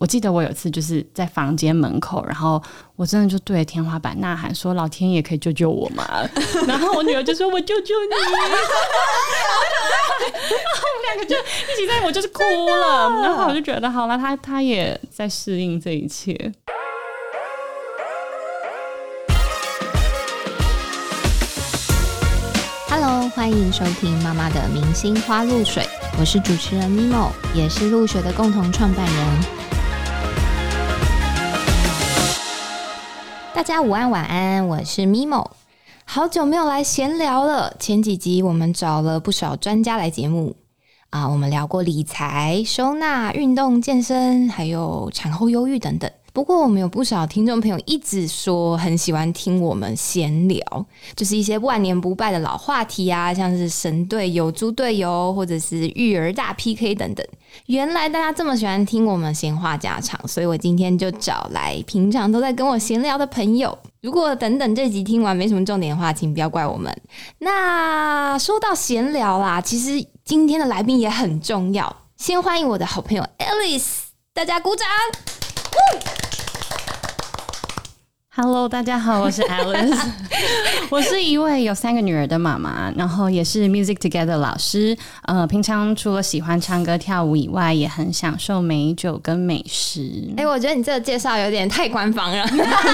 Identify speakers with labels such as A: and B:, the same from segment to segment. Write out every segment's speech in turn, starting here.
A: 我记得我有一次就是在房间门口，然后我真的就对着天花板呐喊说：“老天爷可以救救我吗？” 然后我女儿就说：“我救救你！” 然后我们两个就一起在，我就是哭 了。然后我就觉得，好了，她她也在适应这一切。
B: Hello，欢迎收听妈妈的明星花露水，我是主持人 Mimo，也是露水的共同创办人。大家午安晚安，我是 Mimo。好久没有来闲聊了，前几集我们找了不少专家来节目啊，我们聊过理财、收纳、运动、健身，还有产后忧郁等等。不过我们有不少听众朋友一直说很喜欢听我们闲聊，就是一些万年不败的老话题啊，像是神队友、猪队友，或者是育儿大 PK 等等。原来大家这么喜欢听我们闲话家常，所以我今天就找来平常都在跟我闲聊的朋友。如果等等这集听完没什么重点的话，请不要怪我们。那说到闲聊啦，其实今天的来宾也很重要。先欢迎我的好朋友 Alice，大家鼓掌。
A: Hello，大家好，我 是 Alice，我是一位有三个女儿的妈妈，然后也是 Music Together 老师。呃，平常除了喜欢唱歌跳舞以外，也很享受美酒跟美食。
C: 嗯
B: 哎、我觉得你这个介绍有点太官方了。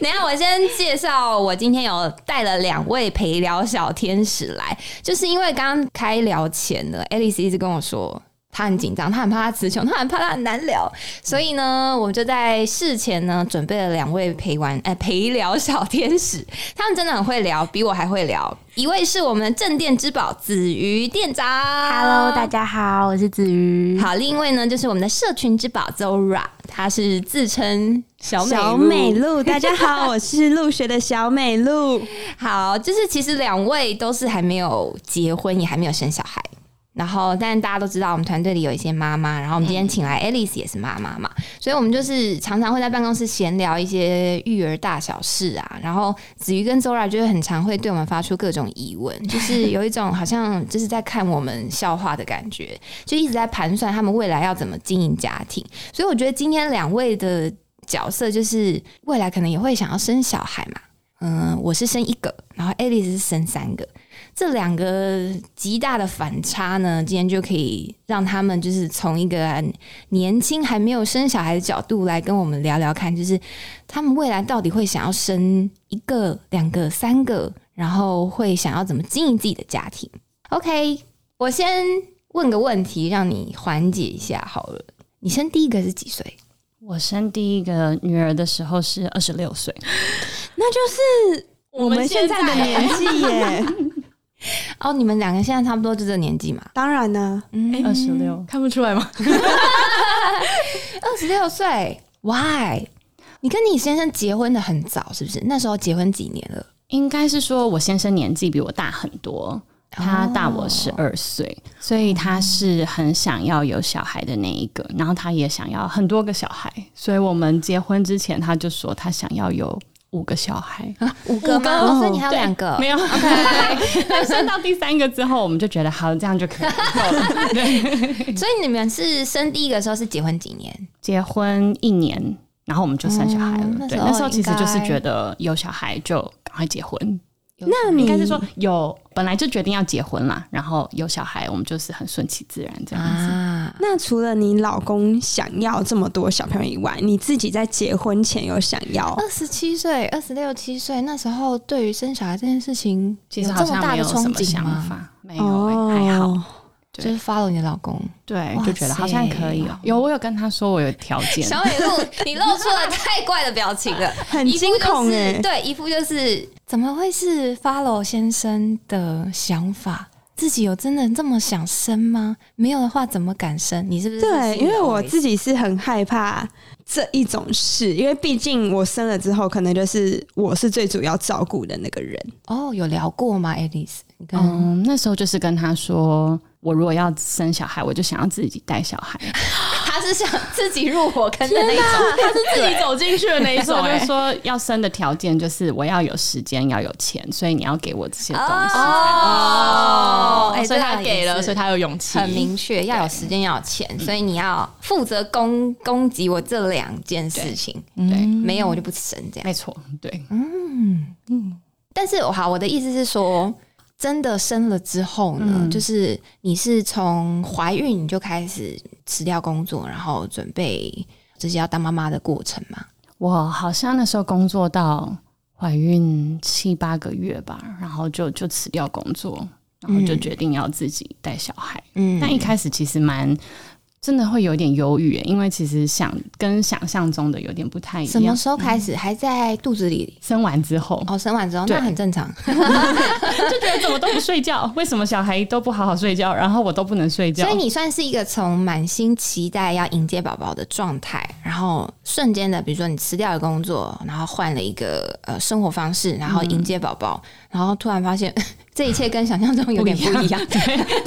B: 等一下，我先介绍，我今天有带了两位陪聊小天使来，就是因为刚刚开聊前呢，Alice 一直跟我说。她很紧张，她很怕她词穷，她很怕她很难聊，所以呢，
C: 嗯
B: 我们就在事前呢准备了两位陪玩，哎、陪聊小天使，他们真的很会聊，比我还会聊。一位是我们的镇店之宝子瑜店长
C: Hello，大家好，我是子瑜。
B: 好，另一位呢，就是我们的社群之宝 Zora，她是自称小美
C: 小
B: 小
C: 美。露， 大家好，我是入学的小美露。
B: 好，就是其实两位都是还没有结婚，也还没有生小孩。然后，但大家都知道，我们团队里有一些妈妈，然后我们今天请来 Alice 也是妈妈嘛，所以我们就是常常会在办公室闲聊一些育儿大小事啊。然后子瑜跟 Zora 就会很常会对我们发出各种疑问，就是有一种好像就是在看我们笑话的感觉，就一直在盘算他们未来要怎么经营家庭。所以我觉得今天两位的角色就是未来可能也会想要生小孩嘛。嗯，我是生一个，然后 Alice 是生三个，这两个极大的反差呢，今天就可以让他们就是从一个年轻还没有生小孩的角度来跟我们聊聊看，就是他们未来到底会想要生一个、两个、三个，然后会想要怎么经营自己的家庭。OK，我先问个问题，让你缓解一下好了。你生第一个是几岁？
A: 我生第一个女儿的时候是二十六岁，
C: 那就是我
B: 们
C: 们现在的年纪耶，
B: 哦，你们两个现在差不多就这个年纪嘛？
C: 当然呢，
B: 嗯，
A: 二十六。
D: 看不出来吗？
B: 二十六岁，Why？你跟你先生结婚的很早，是不是？那时候结婚几年了？
A: 应该是说，我先生年纪比我大很多，他大我十二岁，所以他是很想要有小孩的那一个，然后他也想要很多个小孩，所以我们结婚之前他就说他想要有五个小孩，
B: 五个吗？
A: 五个
B: 哦所以你还有
A: 对
B: 两个
A: 没有。但生到第三个之后，我们就觉得好，这样就可以了。
B: 所以你们是生第一个的时候是结婚几年？
A: 结婚一年。然后我们就生小孩了，
B: 嗯那
A: 对，
B: 时候
A: 那时候其实就是
B: 应该
A: 觉得有小孩就赶快结婚，
B: 那
A: 应该是说有本来就决定要结婚啦，然后有小孩，我们就是很顺其自然这样子。
B: 啊，
C: 那除了你老公想要这么多小朋友以外，你自己在结婚前有想要？
B: 二十七岁、二十六七岁那时候，对于生小孩这件事情，
A: 其实
B: 有
A: 好
B: 这么
A: 像
B: 大
A: 没
B: 的
A: 有
B: 憧
A: 什么
B: 憬
A: 想
B: 吗？
A: 法，没有、欸，还好，
C: 好，
A: 对
B: 就是 follow 你的老公。
A: 对
B: 哇，
A: 就觉得好像可以、
B: 塞
A: 哦。有我有跟他说我有条件，
B: 小美露，你露出了太怪的表情了，
C: 很惊恐
A: 欸
B: 一副就是
C: 哎。
B: 对，一副就是怎么会是 follow 先生的想法？自己有真的这么想生吗？没有的话怎么敢生？你是不是
C: 对，因为我自
B: 己
C: 己是很害怕这一种事，因为毕竟我生了之后，可能就是我是最主要照顾的那个人。
B: 哦有聊过吗，Alice？你跟、
A: 嗯，那时候就是跟他说，我如果要生小孩，我就想要自己带小 孩。
B: 他是想自己入火坑的那一种，，
A: 他是自己走进去的那一种 哎
B: 对
A: 就说要生的条件就是我要有时间，要有钱，所以你要给我这些东西。
B: 哦哎
A: 所以
B: 这
A: 他
B: 样也
A: 给了，
B: 是
A: 所以他嗯有勇气。
B: 很明确，要有时间，要有钱，所以你要负责供供给我这两件事情。
A: 对，
B: 没有我就不生这样。
A: 没错，对，
B: 但是好，我的意思是说，真的生了之后呢，就是你是从怀孕你就开始辞掉工作，然后准备这些要当妈妈的过程嘛？
A: 我好像那时候工作到怀孕七八个月吧，然后就就辞掉工作，然后就决定要自己带小孩。
B: 嗯
A: 但一开始其实蛮。真的会有点忧郁耶，因为其实想跟想象中的有点不太一
B: 什么
A: 样。
B: 时候开始？还在肚子里？
A: 生完之后，
B: 哦，生完之后
A: 对
B: 那很正 常，
A: 就觉得怎么都不睡觉，为什么小孩都不好好睡觉，然后我都不能睡觉？
B: 所以你算是一个从满心期待要迎接宝宝的状态，然后瞬间的，比如说你辞掉了工作，然后换了一个呃生活方式，然后迎接宝宝，然后突然发现 这一切跟想象中有点不一样。
A: 对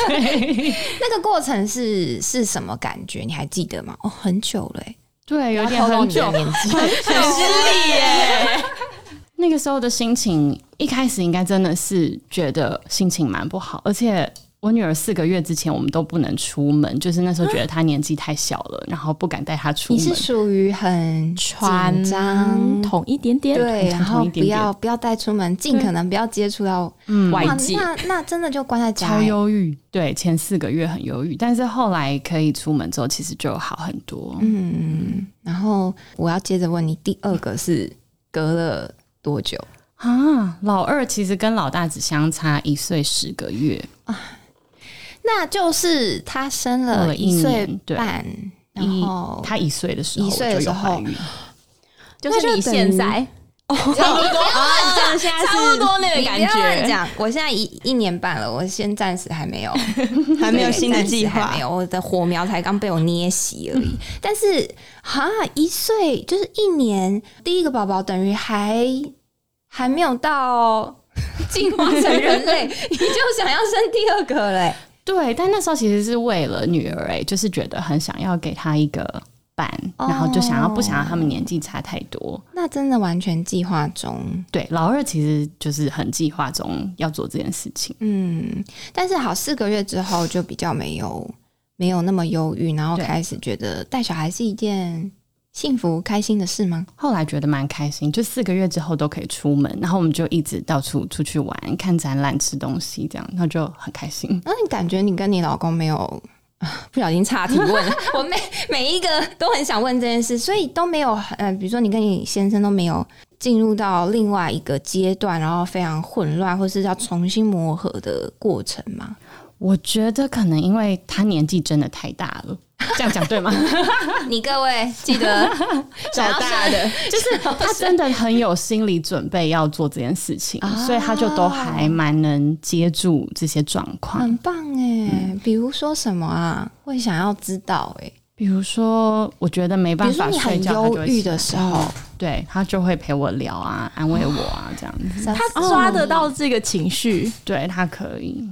A: 对
B: 那个过程是是什么感觉？你还记得吗？哦，很久了、欸，
A: 对，有点
B: 不要透露
A: 很
B: 你的
A: 久，
B: 年纪，
A: 很失礼耶。 那个时候的心情，一开始应该真的是觉得心情蛮不好，而且我女儿四个月之前我们都不能出门，就是那时候觉得她年纪太小了，然后不敢带她出
B: 你
A: 门。
B: 是属于很
D: 传
B: 紧张。
D: 统一点点，
B: 嗯对，然后
A: 统一
B: 不
A: 点点
B: 要不要带出门，尽可能不要接触到
D: 外
B: 哇
D: 界
B: 那那真的就关在家
A: 超
B: 欸、
A: 忧郁，对，前四个月很忧郁，但是后来可以出门之后，其实就好很多。
B: 嗯，然后我要接着问你，第二个是隔了多久？
A: 啊，老二其实跟老大只相差一岁十个月，
B: 那就是他生
A: 过
B: 了
A: 了一
B: 一岁
A: 年对
B: 半，然
A: 一
B: 后
A: 他一岁的时候
B: 一
A: 我
B: 岁的
A: 就
B: 时
A: 有
B: 候
A: 怀孕，
D: 就是你现在
B: 差不多啊，这样现在
D: 差不多那个感
B: 你不要乱
D: 觉。
B: 讲，我现在一一年半了，我先暂时还没有，
C: 还没有新的
B: 对暂时
C: 计
B: 还
C: 划
B: 没。有，我的火苗才刚被我捏熄而已。但是哈，一岁就是一年，第一个宝宝等于还还没有到进化成人类，你就想要生第二个嘞、
A: 对，但那时候其实是为了女儿、哎，就是觉得很想要给她一个伴，
B: 哦
A: 然后就想要不想让他们年纪差太多。
B: 那真的完全计划中，
A: 对，老二其实就是很计划中要做这件事情。
B: 嗯，但是好四个月之后就比较没有没有那么忧郁，然后
A: 对
B: 开始觉得带小孩是一件幸福开心的事吗？
A: 后来觉得蛮开心，就四个月之后都可以出门，然后我们就一直到处出去玩、看展览、吃东西，这样，然后就很开心。
B: 那你感觉你跟你老公没有 啊不小心岔题问了， 我每每一个都很想问这件事，所以都没有呃，比如说你跟你先生都没有进入到另外一个阶段，然后非常混乱，或是要重新磨合的过程吗？
A: 我觉得可能因为他年纪真的太大了，这样讲对 吗？
B: 你各位记得 找大的，就是
A: 他真的很有心理准备要做这件事情，
B: 啊
A: 所以他就都还蛮能接住这些状况。
B: 很棒哎、比如说什么啊，会想要知道哎、
A: 比如说，我觉得没
B: 比如
A: 办
B: 说
A: 法
B: 你
A: 睡
B: 很
A: 觉，他就
B: 忧
A: 会
B: 郁
A: 起来
B: 的时候，
A: 对他就会陪我聊啊，安慰我啊，这样子。
B: 他嗯
D: 嗯他抓得到这个情绪，
A: 对他可以，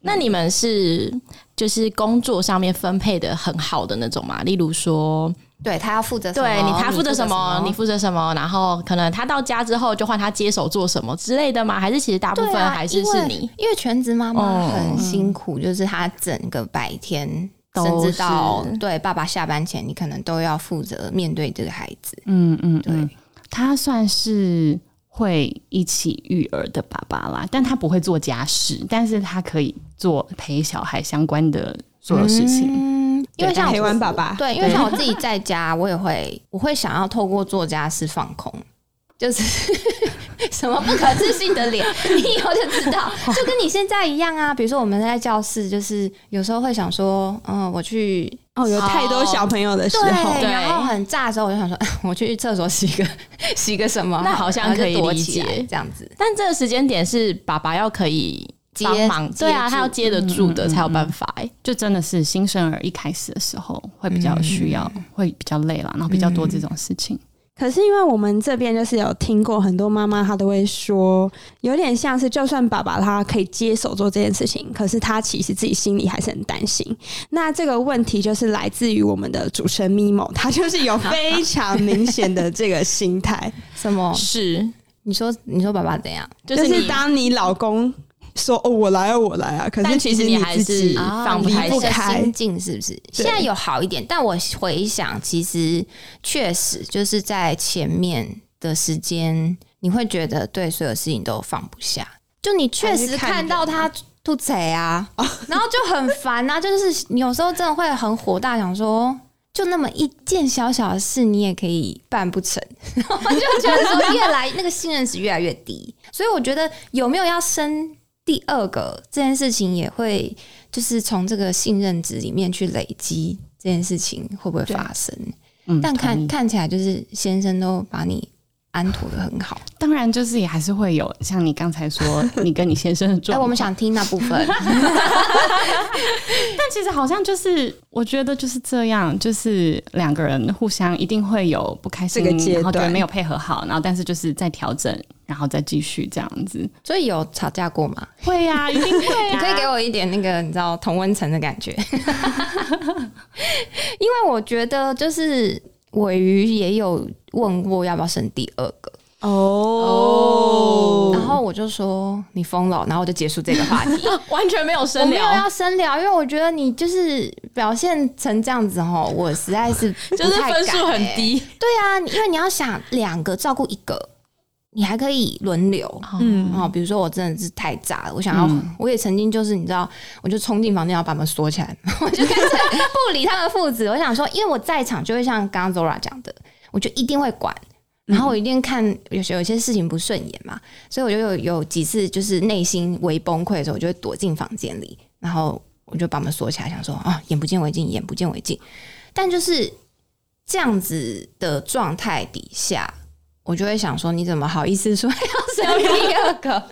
D: 那你们是就是工作上面分配的很好的那种嘛？例如说，
B: 对他要负责什么，
D: 对你他负责什么，你
B: 你
D: 负责什么，然后可能他到家之后就换他接手做什么之类的吗？还是其实大部分
B: 对啊
D: 还是
B: 因为
D: 是你？哦
B: 因为全职妈妈很辛苦，就是她整个白天。
D: 都
B: 甚至到
D: 是
B: 对爸爸下班前，你可能都要负责面对这个孩子。
A: 嗯嗯，
B: 对，
A: 嗯他算是会一起育儿的爸爸啦，但他不会做家事，但是他可以做陪小孩相关的所有事情。
B: 嗯，因为像我
C: 陪玩爸爸，
B: 对，因为像我自己在家， 我也会我会想要透过做家事放空，就是 什么不可置信的脸，你以后就知道，就跟你现在一样啊。比如说我们在教室，就是有时候会想说，嗯，我去
C: 哦，有太多小朋友的时候，
D: 对
B: 然后很炸的时候，我就想说， 我去厕所洗个 洗个什么，
D: 那好像可以
B: 然后就躲
D: 理
B: 起来
D: 解
B: 这样子。
D: 但这个时间点是爸爸要可以
B: 接
D: 帮忙，对
B: 接
D: 啊，
B: 住
D: 他要接得住的
A: 嗯嗯
D: 才有办法、欸。
A: 就真的是
B: 嗯
A: 新生儿一开始的时候会比较需要，会比较累啦，然后比较多这种事情。
C: 可是因为我们这边就是有听过很多妈妈，她都会说，有点像是就算爸爸他可以接手做这件事情，可是他其实自己心里还是很担心。那这个问题就是来自于我们的主持人 Mimo，他就是有非常明显的这个 心态，
B: 什么？
D: 是，
B: 你说你说爸爸怎样？
D: 就
C: 就是
D: 你，
C: 当你老公说“哦，我来啊，我来啊”，可是
D: 但其实
C: 你
D: 你还
C: 自己
D: 是放不
C: 离
D: 开
C: 不
B: 这个
C: 开
B: 心境是不是？现在有好一点，但我回想，其实确实就是在前面的时间，你会觉得对所有事情都放不下，就你确实看到他吐贼啊，然后就很烦啊， 就是你有时候真的会很火大，想说。就那么一件小小的事，你也可以办不成， 然后就觉得说越来那个信任值越来越低，所以我觉得有没有要生第二个这件事情也会就是从这个信任值里面去累积这件事情会不会发生？
A: 嗯，
B: 但
A: 同
B: 看
A: 意
B: 看起来就是先生都把你安妥的很 好。
A: 当然就是也还是会有像你刚才 说，你跟你先生的
B: 哎、
D: 啊
A: 状
B: 我
A: 况，
B: 们想听那部
A: 但
B: 分，
A: 其实好像就是我觉得就是这样，就是两个人互相一定会有不开心，
C: 这个阶
A: 然后觉得
C: 段
A: 没有配合好，然后但是就是再调整，然后再继续这样子，
B: 所以有吵架过吗？
A: 会呀、一定会
B: 你可以给我一点那个你知道同温层的感觉，因为我觉得就是尾鱼也有问过要不要生第二个，
C: 哦
B: 然后我就说你疯了，然后我就结束这个话 题。
D: 完全没有
B: 我
D: 深
B: 没有啊
D: 聊，
B: 要深聊，因为我觉得你就是表现成这样子哦，我实在是不
D: 就是
B: 太
D: 分数
B: 敢
D: 很
B: 欸。
D: 低。
B: 对啊，你因为你要想两个照顾一个，你还可以轮流。
C: 嗯，
B: 哦，比如说我真的是太炸了，我想要，我也曾经就是你知道，我就冲进房间要把门锁起来， 我就干脆不理他们父子。我想说，因为我在场，就会像刚刚 Zora 讲的，我就一定会管，然后我一定看有些有些事情不顺眼嘛，所以我就有有几次就是内心微崩溃的时候，我就会躲进房间里，然后我就把门锁起来，想说啊，眼不见为净，眼不见为净。但就是这样子的状态底下，我就会想说，你怎么好意思说要生第二个？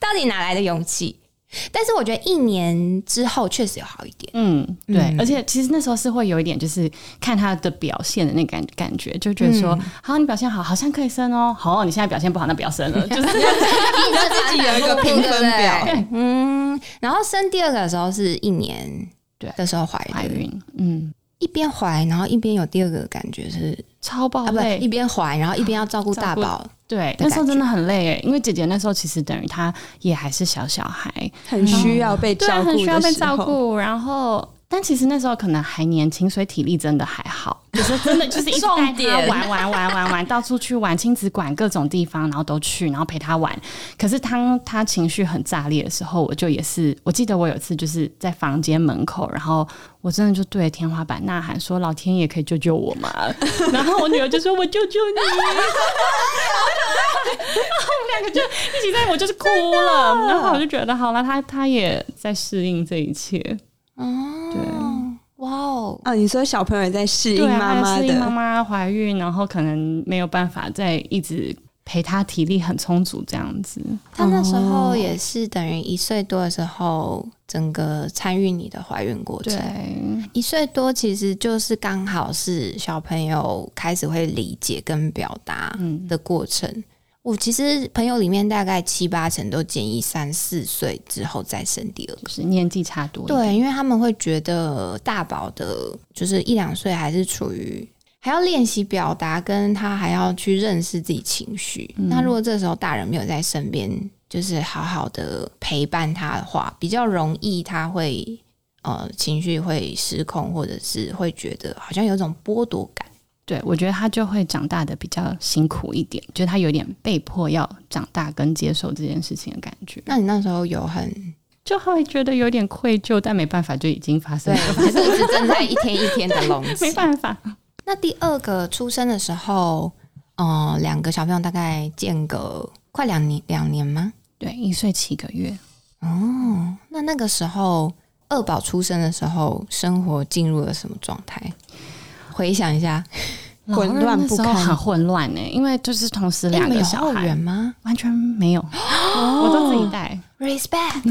B: 到底哪来的勇气？但是我觉得一年之后确实有好一 点，
A: 嗯，对，
B: 嗯
A: 而且其实那时候是会有一点，就是看他的表现的那感感觉，就觉得说，好，你表现好，好像可以生哦，好，你现在表现不好，那不要生了，就是
B: 你自己有
C: 一个评分表
B: 嗯，然后生第二个的时候是一年
A: 对
B: 的时候怀孕，
A: 怀孕，嗯，
B: 一边怀，然后一边有第二个感觉是
A: 超爆
B: 啊，不，
A: 累，
B: 一边怀，然后一边要啊照顾大宝，
A: 对，
B: 的
A: 那时候
B: 感
A: 真的很累诶，因为姐姐那时候其实等于她也还是小小孩，
C: 很需要被
A: 对啊，
C: 照顾，
A: 很需要被照。顾，然后。但其实那时候可能还年轻，所以体力真的还好，就是真的就是一直带
D: 重
A: 他
D: 点
A: 玩玩玩玩玩，到处去玩，亲子馆各种地方，然后都去，然后陪他玩。可是当他情绪很炸裂的时候，我就也是，我记得我有一次就是在房间门口，然后我真的就对着天花板呐喊说：“老天爷可以救救我吗？” 然后我女儿就说：“我救救你。” 然后我们两个就一起在，我就是哭了。然后我就觉得好了，她她也在适应这一切，
B: 哦，哇哦，
C: 哦，你说小朋友也在适应
A: 对啊，
C: 妈
A: 她
C: 妈
A: 在适应妈
C: 的，
A: 妈怀孕，然后可能没有办法再一直陪她，体力很充足这样子。
B: 他那时候也是等于一岁多的时候，整个参与你的怀孕过程。一岁多其实就是刚好是小朋友开始会理解跟表达的过程。我其实朋友里面大概七八成都建议三四岁之后再生第二个。
A: 就是年纪差多一点，
B: 对，因为他们会觉得大宝的，就是一两岁还是处于还要练习表达，跟他还要去认识自己情绪。那如果这时候大人没有在身边，就是好好的陪伴他的话，比较容易他会呃情绪会失控，或者是会觉得好像有种剥夺感。
A: 对，我觉得他就会长大的比较辛苦一点，就是他有点被迫要长大跟接受这件事情的感觉，
B: 那你那时候有很
A: 就会觉得有点愧疚，但没办法，就已经发生
B: 对，
A: 了，
B: 还是一直正啊 在一天一天的笼子
A: 没。办法。
B: 那第二个出生的时候，呃，两个小朋友大概间隔快两年，两年吗？
A: 对，一岁七个月，
B: 哦，那那个时候二宝出生的时候，生活进入了什么状态？回想一下，
A: 哎
C: 混
A: 老二
C: 乱不
A: 那时候
C: 堪
A: 很混乱呢、因为就是同时
B: 你
A: 两
B: 们
A: 个
B: 有
A: 小
B: 后
A: 孩，
B: 援吗
A: 完全没 有，我都自己带，
B: ？Respect，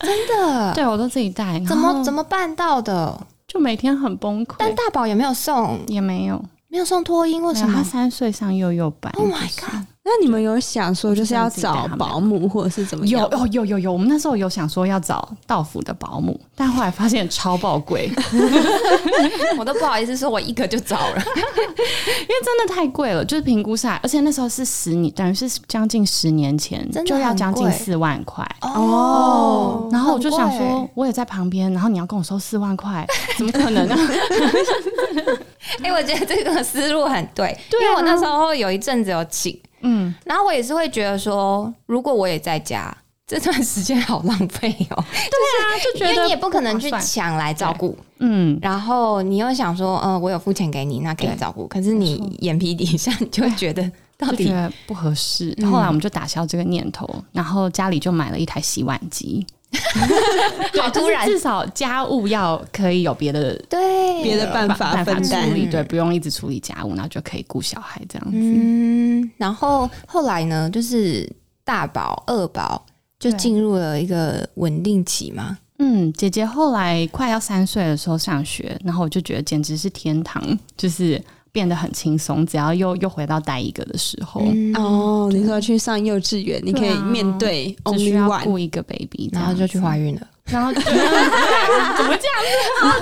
B: 真的，
A: 对我都自己带，然
B: 怎么
A: 后
B: 怎么办到的？
A: 就每天很崩溃，
B: 但大宝也没有送，
A: 也没有，
B: 没有送托婴或
A: 没
B: 什
A: 有，他
B: 么。
A: 三岁上幼幼班。
B: Oh my
A: 就是
B: god！
C: 那你们有想说就是要找保姆或者是怎么
A: 有
C: 样？
A: 哦有有有，我们那时候有想说要找道府的保姆，但后来发现超爆 贵，因为
B: 我都不好意思说，我一个就找了。
A: 真的太贵了，就是评估下来，而且那时候是十年，等于是将近十年前
B: 真的
A: 就要
B: 很
A: 将近
B: 贵
A: 四万块。
C: 哦
A: 然后我就想
B: 很欸贵
A: 说，我也在旁边，然后你要跟我收四万 块，怎么可能呢？
B: 哎、我觉得这个思路很对，因为我那时候有一阵子有请，
A: 啊嗯，
B: 然后我也是会觉得说，如果我也在家，这段时间好浪费 哦、
A: 啊就
B: 因
A: 觉
B: 为
A: 得
B: 你也不可能去
A: 划算
B: 抢来照顾，
A: 嗯，
B: 然后你又想说，嗯、我有付钱给你，那给你照顾，可是你眼皮底下你就会觉得到
A: 啊就觉
B: 底。
A: 得不合适。
B: 嗯
A: 后来我们就打消这个念头，然后家里就买了一台洗碗机。对，啊
B: 好突
A: 就是
B: 然
A: 至少家务要可以有别的
B: 对，
C: 别的办法
A: 办法
C: 分
A: 处
C: 担。
A: 理，
B: 嗯
A: 对，不用一直处理家务，然后就可以顾小孩这样子。
B: 嗯，然后后来呢，就是大宝、二宝就
A: 对
B: 进入了一个稳定期嘛。
A: 嗯，姐姐后来快要三岁的时候上学，然后我就觉得简直是天堂，就是变得很轻松，只要又又回到带一个的时候，
B: 嗯，
C: 哦，你说去上幼稚园，你可以面对
A: 啊只需
C: only
A: 要
C: one，
A: 顾一个 baby，这
B: 然
A: 样
B: 后就去
A: 子
B: 怀孕了。
A: 然 后怎么讲？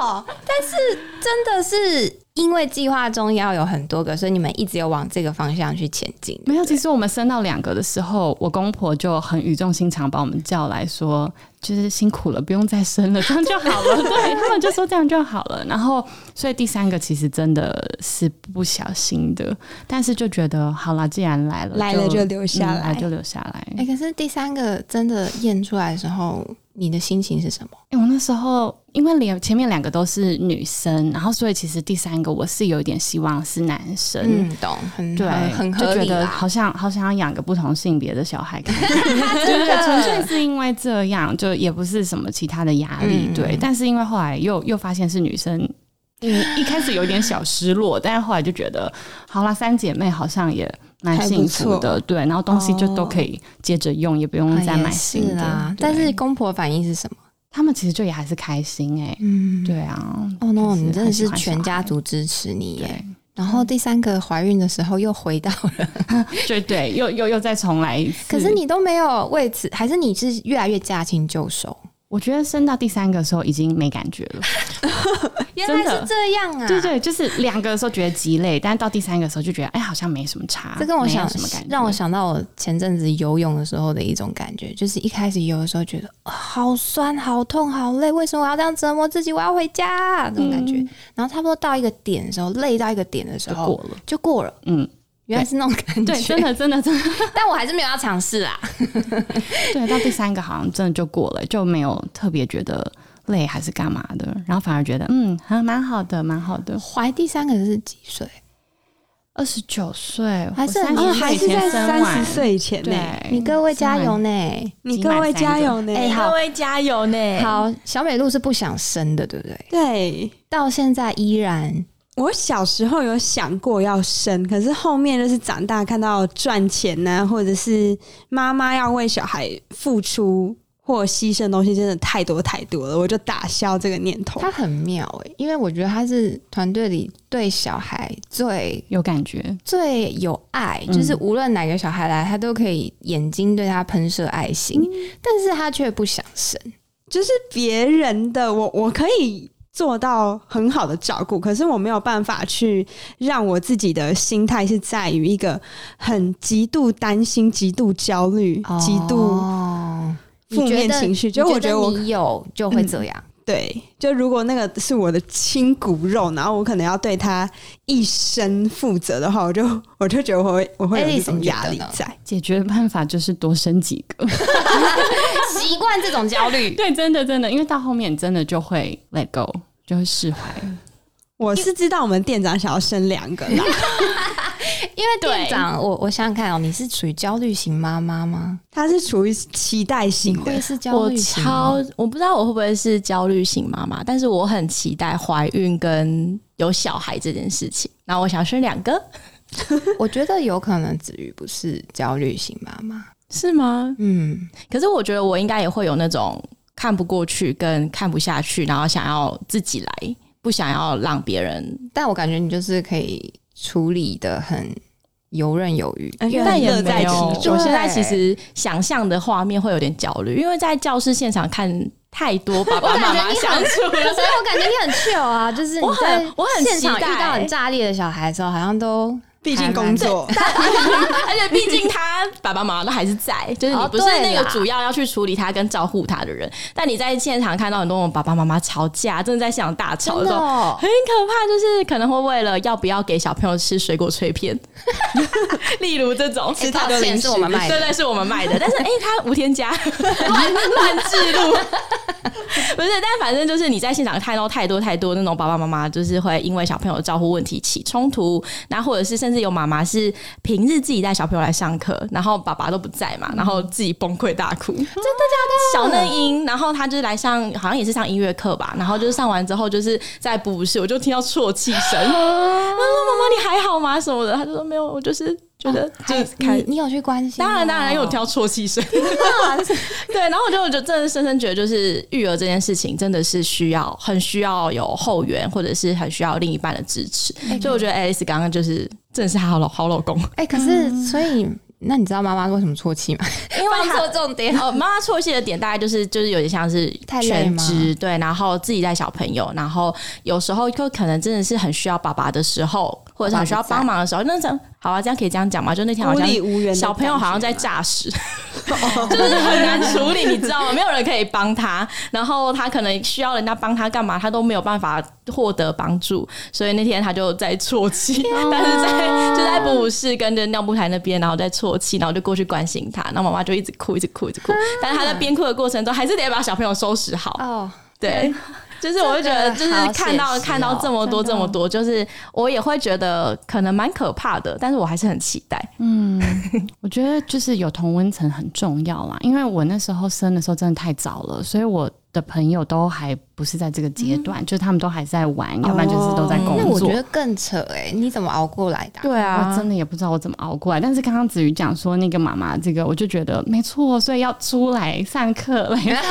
B: 哦，但是真的是因为计划中要有很多个，所以你们一直有往这个方向去前进。
A: 没有，其实我们生到两个的时候，我公婆就很语重心长把我们叫来说，就是辛苦了，不用再生了，这样就 好了。对他们就说这样就好了。然后，所以第三个其实真的是不小心的，但是就觉得好啦，既然来了，
C: 来了就留下
A: 嗯
C: 来。
A: 就留下来。
B: 哎、可是第三个真的验出来的时候，你的心情是什么？
A: 欸我那时候因为连前面两个都是女生，然后所以其实第三个我是有一点希望是男生。
B: 嗯，懂，很
A: 对，
B: 很很
A: 就
B: 合
A: 觉
B: 理
A: 得
B: 啦。
A: 好像好想要养个不同性别的小孩看 看，真的纯粹是因为这样，就也不是什么其他的压力，
B: 嗯
A: 对。但是因为后来又又发现是女生，嗯，一开始有点小失落，但是后来就觉得，好啦，三姐妹好像也蛮幸福
C: 还
A: 的，对。然后东西就
C: 哦
A: 都可以接着用，也不用
B: 啊
A: 再
B: 也
A: 买
B: 是
A: 新的。
B: 啦，
A: 对
B: 但是公婆反应是什么？
A: 他们其实就也还是开心哎、
B: 嗯，。
A: 对啊。
B: 哦、no！
A: 就是
B: 你真的
A: 很喜
B: 是
A: 欢小
B: 全家
A: 孩
B: 族支持你耶。
A: 对，
B: 然后第三个怀孕的时候又回到了，
A: 就对，又又又再重来一次。
B: 可是你都没有为此，还是你是越来越驾轻就熟？
A: 我觉得升到第三个的时候已经没感觉 了。
B: 原
A: 真
B: 来
A: 的
B: 是这样啊！
A: 对对，就是两个的时候觉得鸡肋，但是到第三个的时候就觉得，哎，好像没什么差。
B: 这跟我
A: 没有
B: 想
A: 什么感觉，
B: 让我想到我前阵子游泳的时候的一种感觉，就是一开始游的时候觉得、啊好酸、好痛、好累，为什么我要这样折磨自己？我要回家、这种感觉。然后差不多到一个点的时候，累到一个点的
A: 嗯
B: 时
A: 就
B: 候
A: 过了。
B: 就过了，
A: 嗯，
B: 原来是那种感觉。
A: 对，真，的真的真的，
B: 但我还是没有要尝试啦。
A: 对，到第三个好像真的就过了，就没有特别觉得累还是干嘛的，然后反而觉得，嗯，还蛮好的，蛮好的。
B: 怀第三个是几岁？
A: 二十九岁，
B: 还是
A: 我
B: 很
A: 30
C: 哦，
B: 年
A: 岁
C: 还是
A: 以前生
C: 在三
A: 完
C: 十，岁以前呢、
A: 对，
B: 你各位加油呢！
A: 哎
C: 你各位加油呢！
B: 哎好
D: 各位加油呢！，
B: 好，小美露是不想生的，对不对？
C: 对
B: 到现在依然
C: 我小时候有想过要生，可是后面就是长大看到赚钱呐、或者是妈妈要为小孩付出或牺牲的东西，真的太多太多了，我就打消这个念头。
B: 她很妙哎、因为我觉得她是团队里对小孩最
A: 有感觉，
B: 最有爱，
A: 嗯
B: 就是无论哪个小孩来，他都可以眼睛对他喷射爱心，
C: 嗯
B: 但是他却不想生。
C: 就是别人的，我我可以做到很好的照顾，可是我没有办法去让我自己的心态是在于一个很极度担心、极度焦虑、极度
B: 哦
C: 负
B: 你觉
C: 面
B: 得
C: 情绪。就
B: 你
C: 我觉得我嗯
B: 你有就会这样，
C: 对，就如果那个是我的亲骨肉，然后我可能要对他一生负责的话，我就我就觉得我会我会有
B: Alice，
C: 这种
B: 哎你觉
C: 压
B: 得
C: 力
B: 呢
C: 在。
A: 解决的办法就是多生几个。
B: 习惯这种焦 虑。
A: 对，真的真的，因为到后面你真的就会 let go，就会释怀。
C: 我是知道我们店长想要生 两个啦，
B: 因为店长，我我想想看哦，你是属于焦虑型妈妈吗？
C: 他是处于期待
B: 你
C: 型
B: 会
C: 的，
B: 是焦
D: 我
B: 虑型吗？
D: 超我不知道我会不会是焦虑型妈妈，但是我很期待怀孕跟有小孩这件事情。然后我想生两个，
B: 我觉得有可能子瑜不是焦虑型妈妈。
D: 是吗？
B: 嗯，
D: 可是我觉得我应该也会有那种看不过去跟看不下去，然后想要自己来不想要让别人，
B: 但我感觉你就是可以处理的很游刃有余。
C: 而且
D: 但
C: 很
D: 也
C: 乐在
D: 没
C: 其
D: 有。
C: 中。
D: 我现在其实想象的画面会有点焦虑，因为在教室现场看太多爸爸妈妈相处
B: 可
D: 了。
B: 是我感觉你很 chill 啊，就是你
D: 我很
B: 在
D: 我很
B: 现场
D: 期待
B: 遇到很炸裂的小孩的时候，好像都
C: 毕竟工作，
D: 而且毕竟他爸爸妈妈都还是在，就是你
B: 哦
D: 不是
B: 对
D: 那个
B: 啦
D: 主要要去处理他跟照顾他的人。但你在现场看到很多那种爸爸妈妈吵架，真的在现场大吵的时候，
B: 哦，
D: 很可怕，就是可能会为了要不要给小朋友吃水果脆片， 例如这种。
B: 哎抱歉是我们卖
D: 对
B: 的，
D: 对，是我们卖的，但是哎、他无 添加，乱乱制度， 不是，但反正就是你在现场看到太多太多那种爸爸妈妈，就是会因为小朋友的照顾问题起冲突，那或者是甚至有妈妈是平日自己带小朋友来上课，然后爸爸都不在嘛，然后自己崩溃大哭，真的假的？小嫩英，然后她就是来上，好像也是上音乐课吧，然后就是上完之后就是在补室，我就听到啜泣 声，我说妈妈你还好吗什么的，她就说没有，我就是觉得就是啊开
B: 你你有去关心哦？
D: 当然，当然，因为我挑啜泣 声。对，然后我就我就真的深深觉得，就是育儿这件事情真的是需要很需要有后援，或者是很需要另一半的支持。所以我觉得 Alice 刚刚就是真的是她好老好老公，
B: 哎、可是所以那你知道妈妈为什么啜泣吗？
D: 嗯因为
B: 放
D: 她
B: 错重点。
D: 哦，妈妈错戏的点大概就是就是有点像是
B: 太累
D: 全
B: 吗
D: 职对，然后自己带小朋友，然后有时候就可能真的是很需要爸爸的时候，或者是很需要帮忙的时候，那这样好啊，这样可以这样讲吗？就那天好
C: 孤
D: 像
C: 立无援的
D: 小朋友好像在诈尸，就是很难处理，你知道吗？没有人可以帮他，然后他可能需要人家帮他干嘛，他都没有办法获得帮助，所以那天他就在啜泣， 但是在就在哺乳室跟着尿布台那边，然后在啜泣，然后就过去关心他，然后妈妈就一直哭，一直哭，一直哭，但是他在边哭的过程中，还是得把小朋友收拾好，
B: 哦，
D: 对。就是我会觉得，就
B: 这个好
D: 是
B: 写
D: 看到
B: 实哦
D: 看到这么多
B: 真
D: 这
B: 的
D: 么多，就是我也会觉得可能蛮可怕的，但是我还是很期待。
A: 我觉得就是有同温层很重要啦，因为我那时候生的时候真的太早了，所以我的朋友都还不是在这个阶段，就是他们都还在玩，要不然就是都在
B: 哦那
A: 工
B: 我
A: 作
B: 觉。得更扯哎、你怎么熬过来的啊、
D: 对
A: 我真的也不知道我怎么熬过来，但是刚刚子瑜讲说那个妈妈这个，我就觉得没错，所以要出来上课来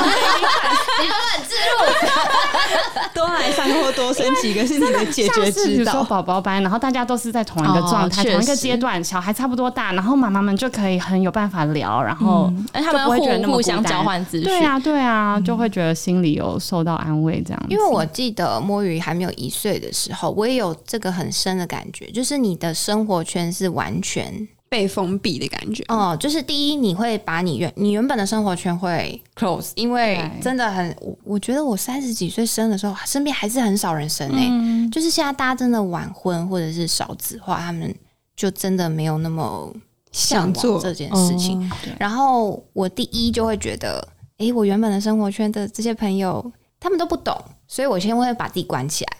C: 多来上课或多生几个是你的解
A: 像是
C: 决
A: 比
C: 之
A: 如说
C: 道。
A: 宝宝班，然后大家都是在同一个状态、
D: 哦确实
A: 同一个阶段，小孩差不多大，然后妈妈们就可以很有办法聊，然后、
D: 哎，他们
A: 就不会觉得那么
D: 互互
A: 孤
D: 相
A: 单
D: 交换资讯。
A: 嗯对啊，对啊，就会觉得心里有受到安慰这样子。
B: 因为我记得摸鱼还没有一岁的时候，我也有这个很深的感觉，就是你的生活圈是完全
C: 被封闭的感觉。
B: 哦、就是第一，你会把你原你原本的生活圈会 close，因为
A: 对
B: 真的很，我我觉得我三十几岁生的时候，身边还是很少人生诶、欸
C: 嗯
B: 就是现在大家真的晚婚或者是少子化，他们就真的没有那么向
C: 想
B: 往
C: 做哦
B: 这件事情。然后我第一就会觉得，诶，我原本的生活圈的这些朋友，他们都不懂，所以我先会把自己关起来。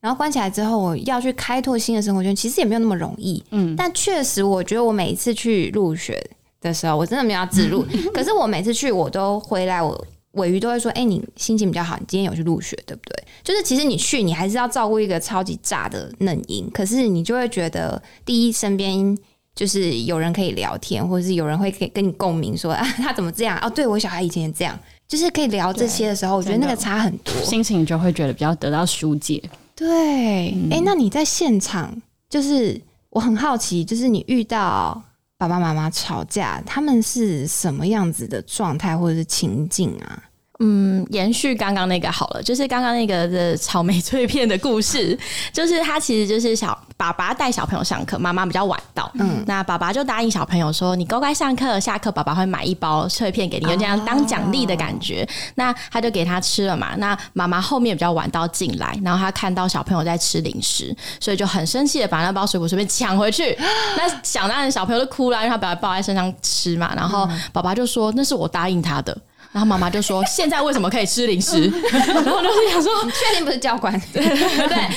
B: 然后关起来之后，我要去开拓新的生活圈，其实也没有那么容易。嗯，但确实，我觉得我每一次去入学的时候，我真的没有要自 入，可是我每次去，我都回来，我尾鱼都会说：“哎、你心情比较好，你今天有去入学，对不对？”就是其实你去，你还是要照顾一个超级炸的嫩婴，可是你就会觉得，第一，身边就是有人可以聊天，或者是有人会可以跟你共鸣，说啊，他怎么这样？哦，对我小孩以前也这样，就是可以聊这些的时候，我觉得那个差很多。
A: 心情就会觉得比较得到疏解。
B: 对，哎、那你在现场，就是我很好奇，就是你遇到爸爸妈妈吵架，他们是什么样子的状态或者是情境啊？
D: 嗯，延续刚刚那个好了，就是刚刚那个的草莓 脆片的故事，就是他其实就是小爸爸带小朋友上课，妈妈比较晚到，嗯，那爸爸就答应小朋友说，你乖乖上课，下课爸爸会买一包脆片给你，有点像当奖励的感觉。那他就给他吃了嘛。那妈妈后面比较晚到进来，然后他看到小朋友在吃零食，所以就很生气的把那包水果随便抢回去。那想当然小朋友就哭了，因为他把它抱在身上吃嘛。然后爸爸就说那是我答应他的。然后妈妈就说：“现在为什么可以吃零食？”然后就是想说，
B: 确定不是教官？
D: 对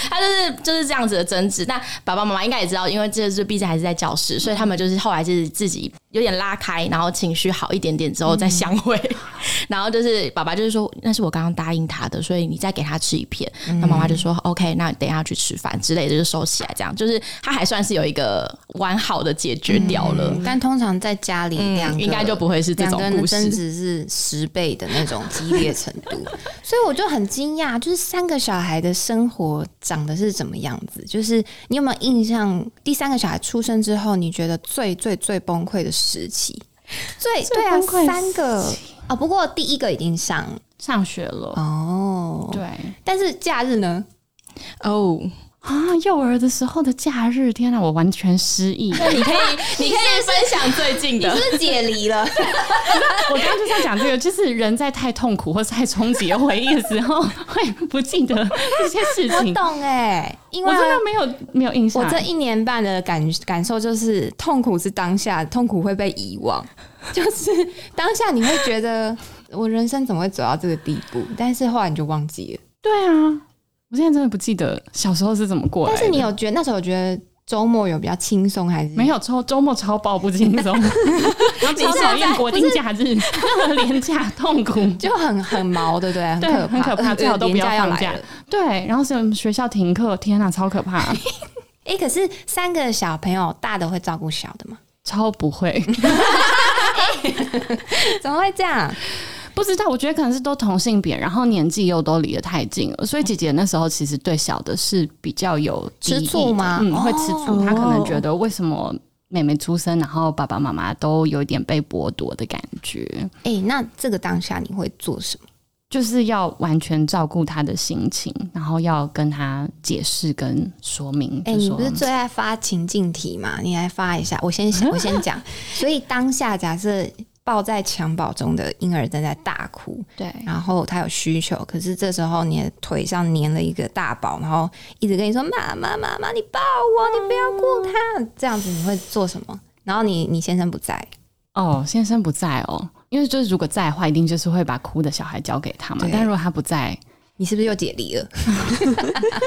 D: 他就是就是这样子的争执。那爸爸妈妈应该也知道，因为这是毕竟还是在教室，所以他们就是后来就是自己有点拉开，然后情绪好一点点之后
B: 嗯
D: 再相会。 然后就是爸爸就是说，那是我刚刚答应他的，所以你再给他吃一片。那妈妈就
B: 嗯
D: 说，OK，那等一下去吃饭之类的，就收起来。这样就是他还算是有一个完好的解决掉了。
B: 嗯
D: 嗯
B: 但通常在家里，两个
D: 应该就不会是这
B: 两
D: 种
B: 个人
D: 故
B: 的争
D: 事。
B: 执是十倍的那种激烈程度，所以我就很惊讶，就是三个小孩的生活长得是怎么样子？就是你有没有印象？第三个小孩出生之后，你觉得最最最崩溃的时期？最对啊，
A: 崩溃的
B: 三个啊、不过第一个已经上
A: 上学了，
B: 哦，
A: 对
B: 但是假日呢？
D: 哦，
A: 啊，幼儿的时候的假日，天哪，我完全失忆。
D: 那你可以，你可以分享最近的。
B: 是解离了，
A: 我刚刚就在讲这个，就是人在太痛苦或是太冲击的回忆的时候，会不记得这些事
B: 我
A: 情。
B: 懂哎、因为
A: 我真的没有没有印象，
B: 我这一年半的感感受就是，痛苦是当下，痛苦会被遗忘， 就是当下你会觉得我人生怎么会走到这个地步，但是后来你就忘 记了。
A: 对啊，我现在真的不记得小时候是怎么过来
B: 但
A: 的。
B: 是你有觉得那时候有觉得周末有比较轻松还是
A: 没？有周周末超爆不轻 松，然后超讨厌国定假日、 任何廉价痛苦。
B: 就很很毛， 对不对？
A: 对
B: 可呃
A: 很可怕
B: 而且
A: 最好都不要
B: 廉价
A: 放
B: 来
A: 假
B: 了
A: 对，然后是我们学校停课，天哪、超可怕，
B: 哎、可是三个小朋友，大的会照顾小的吗？
A: 超不 会。
B: 怎么会这样？
A: 不知道，我觉得可能是都同性别，然后年纪又都离得太近了，所以姐姐那时候其实对小的是比较有敌意的
B: 吃醋吗
A: 嗯，会吃
C: 哦
A: 醋，她可能觉得为什么妹妹出生，然后爸爸妈妈都有一点被剥夺的感觉，
B: 哎、那这个当下你会做什么？
A: 就是要完全照顾她的心情，然后要跟她解释跟说明。
B: 哎、
A: 就
B: 你
A: 说
B: 不是最爱发情境题嘛？你来发一下，我先想，我先讲。所以当下假设抱在襁褓中的婴儿正在大哭，
D: 对，
B: 然后他有需求，可是这时候你的腿上粘了一个大包，然后一直跟你说妈妈妈妈，你抱我，你不要顾他，这样子你会做什么？然后你你先生不在，
A: 哦，先生不在哦，因为就是如果在的话，一定就是会把哭的小孩交给他嘛
B: 对。
A: 但如果他不 在，
B: 你是不是又解离了？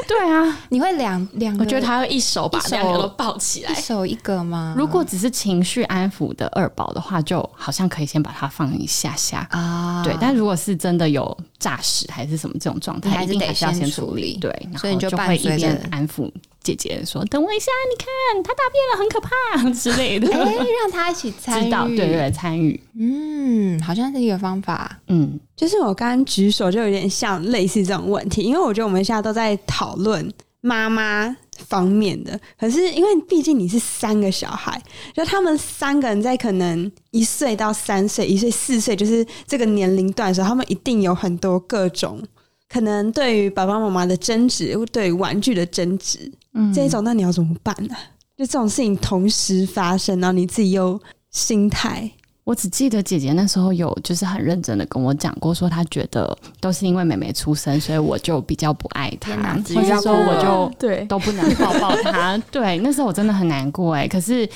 A: 对啊，
B: 你会两两个，
D: 我觉得他会一手把
B: 一手
D: 两个都抱起
B: 一
D: 来。
B: 手一个吗？
A: 如果只是情绪安抚的二宝的话，就好像可以先把它放一下下。
B: 啊，
A: 对，但如果是真的有诈尸还是什么这种状
B: 你
A: 态，
B: 还
A: 一
B: 是
A: 定
B: 得
A: 还是要
B: 先
A: 先
B: 处
A: 处
B: 理
A: 对，然
B: 所
A: 后
B: 以你就
A: 就
B: 伴
A: 会
B: 随
A: 一边
B: 着
A: 安抚姐姐说：“等我一下，你看她大便了，很可怕 之类的。
B: 哎、让他一起参与，
A: 知道，对对，对参与，
B: 嗯，好像是一个方法。
A: 嗯，
C: 就是我刚刚举手就有点像类似这种问题，因为我觉得我们现在都在讨论妈妈方面的，可是因为毕竟你是三个小孩，就他们三个人在可能一岁到三岁、一岁四岁，就是这个年龄段的时候，他们一定有很多各种。可能对于爸爸妈妈的争执，或对于玩具的争执，嗯，这一种，那你要怎么办呢、就这种事情同时发生，然后你自己又心态，
A: 我只记得姐姐那时候有就是很认真的跟我讲过，说她觉得都是因为妹妹出生，所以我就比较不爱她
B: 天哪，
A: 或者说我
C: 哦
A: 就
D: 啊对，
A: 都不能抱抱 他。对，那时候我真的很难过哎、可是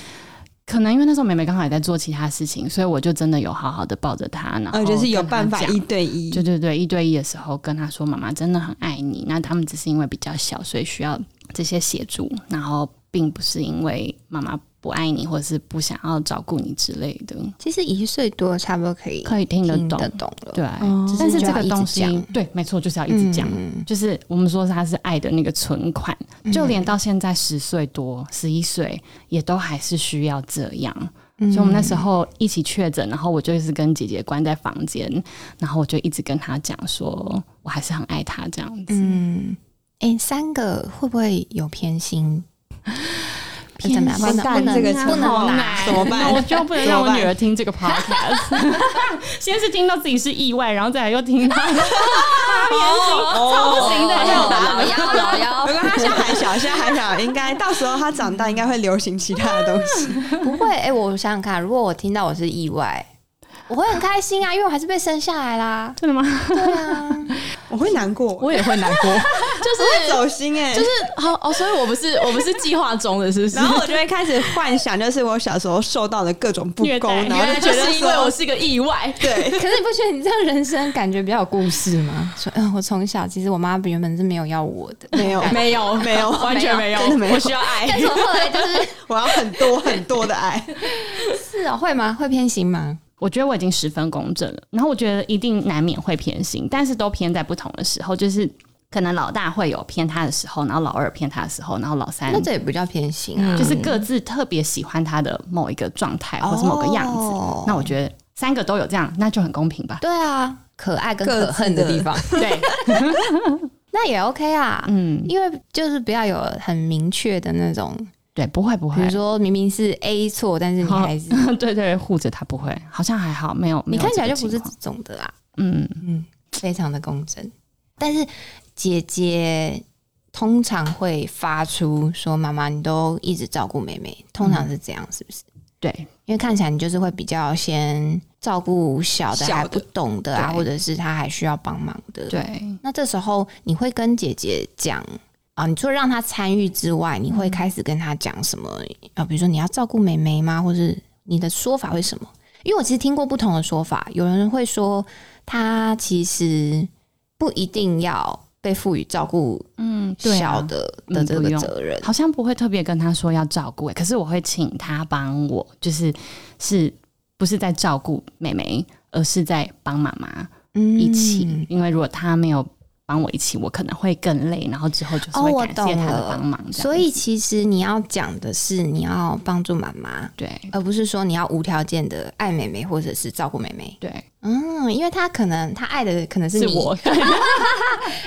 A: 可能因为那时候妹妹刚好也在做其他事情，所以我就真的有好好的抱着她，然后
C: 呃，
B: 哦
C: 就是有
A: 跟她
C: 办法
A: 讲
C: 一对一，
A: 对对对，一对一的时候跟她说：“妈妈真的很爱你。”那他们只是因为比较小，所以需要这些协助，然后并不是因为妈妈不爱你或是不想要照顾你之类的，
B: 其实一岁多差不多可以
A: 可以听得
B: 听
A: 懂。
B: 得懂了。
A: 对，
C: 哦
A: 但是
B: 就要
A: 这个
B: 一直
A: 东西
B: 讲，
A: 对，没错，就是要一
B: 嗯，嗯
A: 直讲。就是我们说它是爱的那个存款，就连到现在十岁多、十一岁，也都还是需要这样。
B: 嗯
A: 所以我们那时候一起确诊，然后我就是跟姐姐关在房间，然后我就一直跟她讲说，我还是很爱她这样子。
B: 嗯，哎、三个会不会有 偏心？
A: 偏
B: 怎么样不
C: 完
B: 能
C: 蛋
B: 不
A: 啊
B: 能
C: 这个
B: 不
C: 词
B: 能
C: 好
B: 拿
C: 难怎么办
A: 那我就不能让我女儿听这个 podcast。先 是听到自己是意外，然后再来又听到
B: 哦不 行的，
D: 要打
B: 哦老幺老
C: 没
B: 幺，
C: 关系，他现在还小，现在还小，应该到时候他长大应该会流行其他的东 西。
B: 不会。哎、我想想看，如果我听到我是意外，我会很开心啊，因为我还是被生下来啦。
A: 真的吗？
B: 对啊，
C: 我会难过， 我
A: 也会难过。
D: 就是
C: 走心哎、
D: 就是哦哦，所以我不是我不是计划中的，是不 是
C: 然？后我就会开始幻想，就是我小时候受到的各种不
A: 虐
C: 公，
A: 待
C: 然
D: 原
C: 后
D: 来
C: 就
D: 就
C: 觉得
D: 是因为
C: 说
D: 我是个意外，
C: 对，
B: 可是你不觉得你这样人生感觉比较有故事 吗？说，嗯、我从小其实我妈原本是没有要我的，
C: 没 有，
D: 没有
C: 没有
D: 完全没有
C: 真的没，有
D: 我需要爱。
B: 但是我后来就是
C: 我要很多很多的 爱，
B: 是哦，会吗？会偏心吗？
A: 我觉得我已经十分公正了。然后我觉得一定难免会偏心，但是都偏在不同的时候，就是可能老大会有偏他的时候，然后老二偏他的时候，然后老三
B: 那这也不叫偏心
A: 嗯
B: 啊。
A: 就是各自特别喜欢他的某一个状态或是某个样子。
B: 哦
A: 那我觉得三个都有这样，那就很公平吧？
B: 对啊，可爱跟
C: 各
B: 可
C: 自
B: 恨的
C: 的
B: 地 方，
A: 对，
B: 那也 OK 啊。
A: 嗯，
B: 因为就是不要有很明确的那种，
A: 对，不会不
B: 比
A: 会
B: 如，说明明是 A 错，但是你还是
A: 对对，护着他不会，好像还好，没有，
B: 你
A: 没有
B: 看起来
A: 这
B: 就
A: 个
B: 不是
A: 情
B: 这
A: 况
B: 种的啊，
A: 嗯，
B: 非常的公正。但是姐姐通常会发出说：“妈妈，你都一直照顾妹妹。”
A: 嗯
B: 通常是这样，是不是？
A: 对
B: 因为看起来你就是会比较先照顾小的
C: 小的
B: 还不懂的啊，
A: 对
B: 或者是他还需要帮忙的。，
A: 对，
B: 那这时候你会跟姐姐讲啊，你除了让她参与之外，你会开始跟她讲什么啊？比如说你要照顾妹妹吗？或是你的说法会什么？因为我其实听过不同的说法，有人会说她其实不一定要被赋予照顾
A: 嗯，对、
B: 小
A: 啊。
B: 的、
A: 嗯
B: 的这
A: 不
B: 个
A: 用
B: 责任。
A: 好像不会特别跟他说要照顾、欸，可是我会请他帮我，就是是不是在照顾妹妹，而是在帮妈妈
B: 嗯
A: 一起、因为如果他没有帮我一起，我可能会更累，然后之后就是
B: 哦
A: 会
B: 我
A: 感谢
B: 懂
A: 他的
B: 了
A: 帮忙、这样
B: 所以其实你要讲的是你要帮助妈妈，
A: 对
B: 而不是说你要无条件的爱妹妹或者是照顾妹妹。
A: 对
B: 嗯，因为她可能她爱的可能是
A: 是
B: 你
A: 我，嗯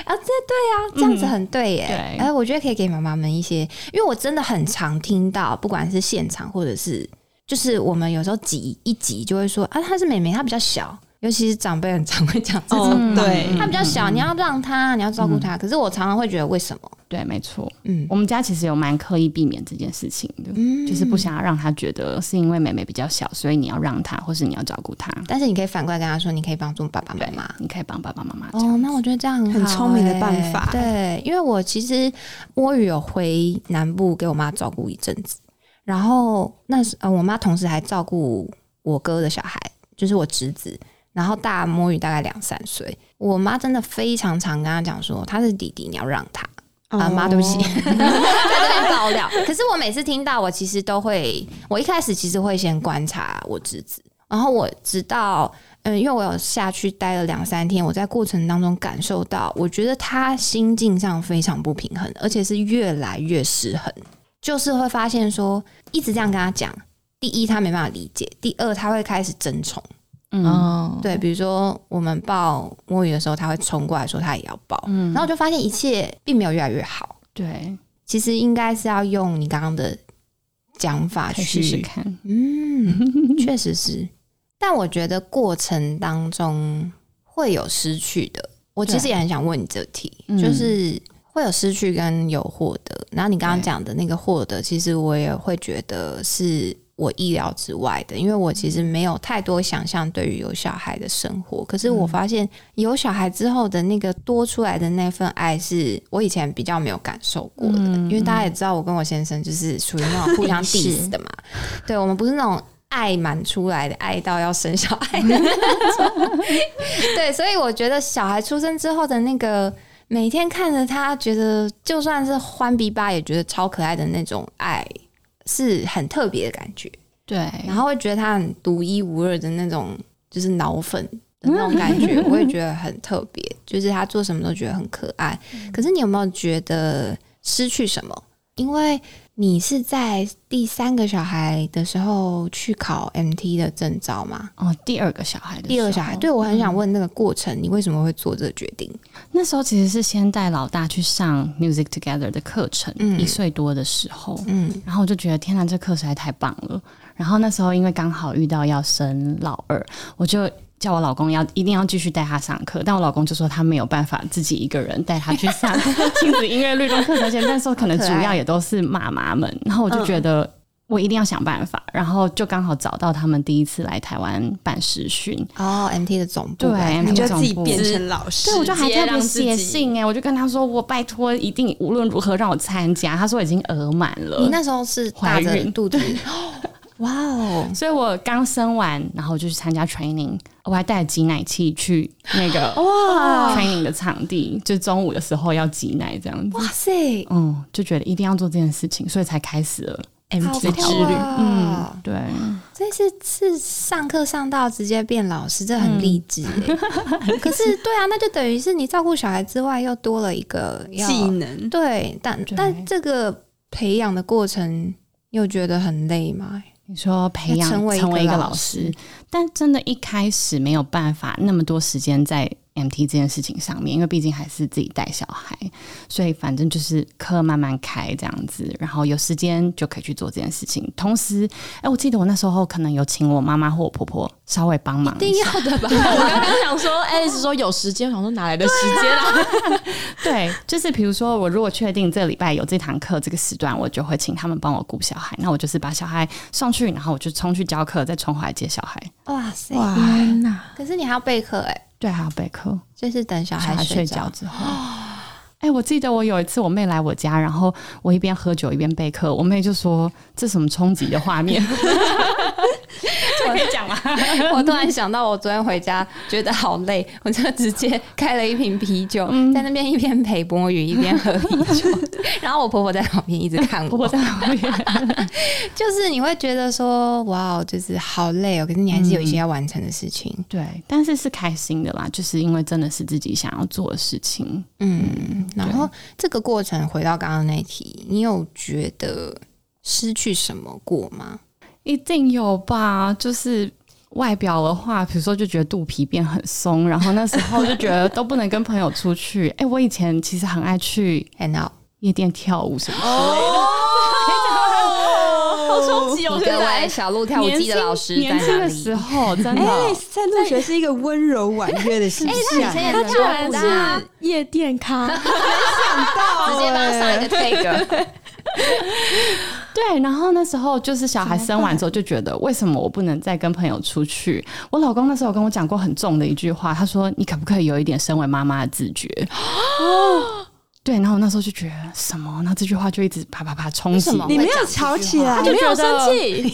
B: 啊，这对啊，这样子很对耶。
A: 对
B: 哎、我觉得可以给妈妈们一些，因为我真的很常听到，不管是现场或者是就是我们有时候挤一挤就会说啊，她是妹妹，她比较小，尤其是长辈很常会讲这种。
D: 嗯
C: 哦，对，
B: 她比较
A: 嗯
B: 小，你要让她，你要照顾她。可是我常常会觉得，为什么？
A: 对，没错。
B: 嗯
A: 嗯我们家其实有蛮刻意避免这件事情的，
B: 嗯
A: 就是不想要让他觉得是因为妹妹比较小，所以你要让她，或是你要照顾她。
B: 嗯但是你可以反过来跟他说，你可以帮助爸爸妈
A: 对
B: 妈。
A: 你可以帮爸爸妈妈这样。
B: 哦，那我觉得这样很
C: 很
B: 好
C: 聪明的
B: 欸
C: 办法
B: 对，因为我其实摸鱼有回南部给我妈照顾一阵子，然后那时呃，我妈同时还照顾我哥的小孩，就是我侄子，然后大摸鱼大概两三岁。我妈真的非常常跟他讲说，他是弟弟，你要让他。
C: 哦
B: 啊，妈，对不 起，在这边爆料。可是我每次听到，我其实都会，我一开始其实会先观察我侄子，然后我直到，嗯，因为我有下去待了两三天，我在过程当中感受到，我觉得他心境上非常不平衡，而且是越来越失衡，就是会发现说，一直这样跟他讲，第一他没办法理解，第二他会开始争宠。
A: 嗯，
D: 哦，
B: 对，比如说我们抱摸鱼的时候，他会冲过来说他也要抱，然后我就发现一切并没有越来越好。
A: 嗯对，
B: 其实应该是要用你刚刚的讲法
A: 可
B: 去
A: 以试试看。
B: 嗯，确实是。但我觉得过程当中会有失去的。我其实
A: 对
B: 也很想问你这题，
A: 嗯
B: 就是会有失去跟有获得。然后你刚刚
A: 对
B: 讲的那个获得，其实我也会觉得是我意料之外的，因为我其实没有太多想象对于有小孩的生活。可
A: 嗯
B: 是我发现有小孩之后的那个多出来的那份爱，是我以前比较没有感受过的。因为大家也知道，我跟我先生就是属于那种互相 diss 的嘛，对我们不是那种爱满出来的，爱到要生小孩的那种。 对，所以我觉得小孩出生之后的那个每天看着他，觉得就算是欢鼻巴也觉得超可爱的那种爱，是很特别的感觉。
A: 对，
B: 然后会觉得他很独一无二的那种，就是脑粉的那种感觉，我也觉得很特别。就是他做什么都觉得很可爱。
A: 嗯
B: 可是你有没有觉得失去什么？因为你是在第三个小孩的时候去考 MT 的证照吗？
A: 哦，第二个小孩的
B: 第二个
A: 时
B: 小孩，
A: 候嗯
B: 对我很想问那个过程，你为什么会做这个决定？嗯
A: 那时候其实是先带老大去上 Music Together 的课程，
B: 嗯
A: 一岁多的时候，
B: 嗯
A: 然后我就觉得天呐，这课实在太棒了。然后那时候因为刚好遇到要生老二，我就。叫我老公要一定要继续带他上课，但我老公就说他没有办法自己一个人带他去 上亲子音乐律动课程，而且那时候可能主要也都是妈妈们，然后我就觉
B: 嗯
A: 得我一定要想办法，然后就刚好找到他们第一次来台湾办实训，
B: 哦，MT 的总部
A: 对
B: 来台湾
C: 你
A: MT
C: 就自己
A: 总部
C: 变成老师
A: 对，，我就还
D: 直接
A: 特别
D: 让自
A: 写
D: 己
A: 信哎、我就跟他说，我拜托一定无论如何让我参加。他说已经额满
B: 你
A: 了，
B: 那时候是大
A: 怀
B: 着
A: 孕
B: 肚 子，哇哦！
A: 所以我刚生完，然后就去参加 training，我还带了挤奶器去那个
C: 哇
A: training 的场地，就中午的时候要挤奶这样子。
B: 哇塞，
A: 嗯，就觉得一定要做这件事情，所以才开始了
B: 好
A: MT 之
B: 酷
A: 旅。
B: 啊
A: 嗯，对，
B: 所以是是上课上到直接变老师，这很励志耶、可是对啊，那就等于是你照顾小孩之外，又多了一个要
C: 技 能，
B: 对，但
A: 对
B: 但这个培养的过程，又觉得很累吗？
A: 你说培养
B: 成为一个
A: 一个
B: 老
A: 老
B: 师
A: 师，但真的一开始没有办法那么多时间在 MT 这件事情上面，因为毕竟还是自己带小孩，所以反正就是课慢慢开这样子，然后有时间就可以去做这件事情。同时，哎、我记得我那时候可能有请我妈妈或我婆婆稍微帮忙一下，
B: 要的吧？
D: 哎我刚刚想说，Alice 说有时间，我想说哪来的时间啊？
A: 对，就是比如说，我如果确定这礼拜有这堂课这个时段，我就会请他们帮我顾小孩。那我就是把小孩送去，然后我就冲去教课，再冲回来接小孩。
B: 哇塞！
C: 哇，
B: 可是你还要备课哎、
A: 对，还有备课，
B: 就是等小
A: 小
B: 孩
A: 孩睡
B: 着
A: 觉。之后。 哎、我记得我有一次我妹来我家，然后我一边喝酒一边备课，我妹就说：“这什么冲击的画 面？”这可以讲吗？
B: 我突然想到，我昨天回家觉得好累， 我就直接开了一瓶啤酒，在那边一边陪波宇一边喝啤酒，然后我婆婆在旁边一直看我
A: 我。在旁 边，
B: 就是你会觉得说，哇，就是好累哦，可是你还是有一些要完成的事情。
A: 对，但是是开心的啦，就是因为真的是自己想要做的事情。
B: 嗯，然后这个过程回到刚刚那一题，你有觉得失去什么过吗？
A: 一定有吧，就是。外表的话，比如说就觉得肚皮变很松，然后那时候就觉得都不能跟朋友出去。哎、我以前其实很爱去
B: 还有
A: 夜店跳舞什么的。
D: 哦，好冲击哦！
B: 你
D: 现
B: 各位
D: 在
B: 小鹿 跳舞
A: 年
B: 机
A: 轻
B: 的老师在
A: 年轻
B: 哪
A: 的
B: 里？
A: 时候真 的，
C: 哎，在入学是一个温柔婉约的形象，
B: 也是跳舞的啊
D: 夜店咖，
B: 直接帮他上一个 tag，
A: 对。然后那时候就是小孩生完之后就觉得，为什么我不能再跟朋友出去？我老公那时候有跟我讲过很重的一句话，他说：“你可不可以有一点身为妈妈的自觉？” 对。然后我那时候就觉得什么？那这句话就一直啪啪啪冲击
B: 为什么
C: 你没有吵起来，
B: 啊
D: 就
C: 没
D: 没
C: 有
D: 有生气，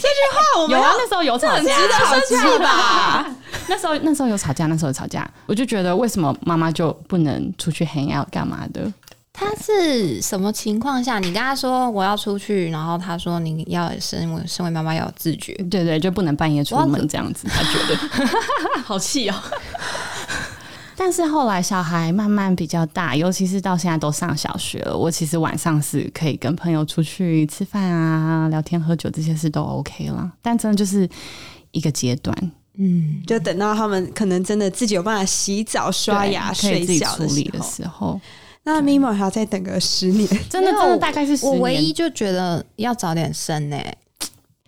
C: 话我
A: 有啊，那时候有吵架，
C: 吵架吧？
A: 那时候那时候有吵架，那时候有吵架，我就觉得为什么妈妈就不能出去 hang out 干嘛的？
B: 他是什么情况下？你跟他说我要出去，然后他说你要身为身为妈妈要有自觉，
A: 对对，就不能半夜出门这样子，她觉得。
D: 好气哦！
A: 但是后来小孩慢慢比较大，尤其是到现在都上小学了，我其实晚上是可以跟朋友出去吃饭啊、聊天、喝酒这些事都 OK 了。但真的就是一个阶段，
B: 嗯，
C: 就等到他们可能真的自己有办法洗澡、刷牙、
A: 对可以
C: 睡
A: 自己
C: 觉
A: 处
C: 的
A: 理
C: 时
A: 的
C: 候，
A: 时候，
C: 那 Mimo 还要再等个十年。
A: 真的
B: 没有
A: 真的大概是十
B: 我
A: 年。
B: 唯一就觉得要早点生呢、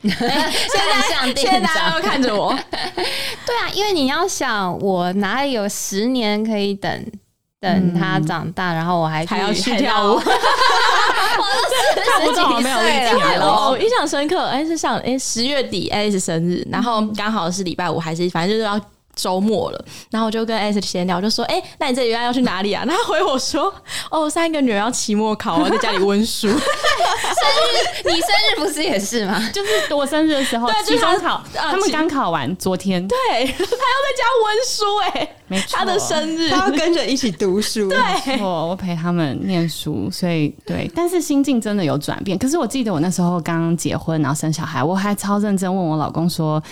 B: 现在想定
D: 现在大家都看着我，
B: 对啊，因为你要想，我哪里有十年可以等等他长大，然后我还
D: 嗯还要去
B: 还
D: 跳 舞
B: 我都
A: 懂好
B: 十几
A: 没有力
B: 岁
A: 气
B: 了，
A: 了
D: 哦我印象深刻，哎，是上哎十月底 Alice 生日，然后
B: 嗯
D: 刚好是礼拜五还是反正就是要。周末了，然后我就跟 Alice 闲聊，就说：“哎、那你这礼拜要去哪里啊？” 然后他回我说：“哦，三个女儿要期末考啊，在家里温书。
B: 你生日不是也是吗？
A: 就是我生日的时 候，
D: 对就
A: 期
D: 是他
A: 中考，
D: 啊
A: 他们
D: 期
A: 刚考完，昨天”
D: 对， 他要在家温书、哎，
A: 没错
D: 他的生日，
C: 他要跟着一起读书，对，
A: 我我陪他们念书，所以对，但是心境真的有转变。可是我记得我那时候刚结婚，然后生小孩，我还超认真问我老公说：“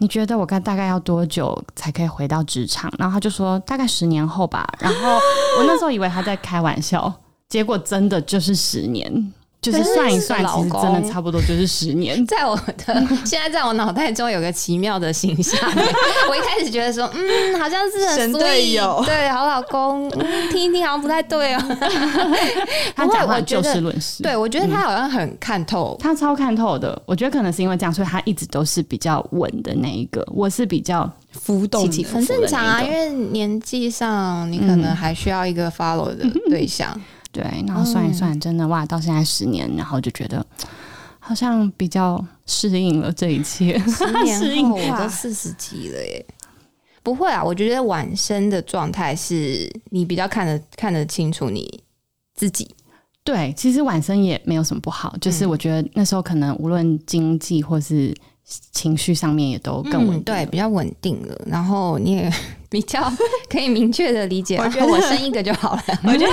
A: 你觉得我该大概要多久才可以回到职场？”然后他就说：“大概十年后吧。”然后我那时候以为他在开玩笑，结果真的就是十年。就是算一算，
B: 但是
A: 其实
B: 是老公。
A: 真的差不多就是十年
B: 在我的现在，在我脑袋中有个奇妙的形象。我一开始觉得说，嗯，好像是很
C: 神
B: sweet，
C: 队友
B: 对，好老公，嗯听一听好像不太对哦。
A: 他
B: 不会
A: 讲话
B: 我觉
A: 就
B: 得
A: 事论事，
B: 对，我觉得他好像很看透，
A: 他超看透的。我觉得可能是因为这样，所以他一直都是比较稳的那一个。我是比较
C: 浮动
A: 起起
C: 的
A: 伏
B: 很
A: 伏的
B: 正常啊，
A: 那一
B: 因
A: 个
B: 为年纪上你可能还需要一个 follow 的对象。
A: 对，然后算一算，真的哇，到现在十年，然后就觉得好像比较适应了这一切。
B: 十
A: 适
B: 年
A: 应
B: 后我都四十几了耶。不会啊，我觉得晚生的状态是你比较看得看得清楚你自己，
A: 对，其实晚生也没有什么不好，就是我觉得那时候可能无论经济或是情绪上面也都更稳
B: 嗯、
A: 定
B: 对，
A: 了。
B: 比较稳定了，然后你也 比较可以明确的理解，
C: 我
B: 然
C: 觉得
B: 后 我生一个就好了。
C: 我觉得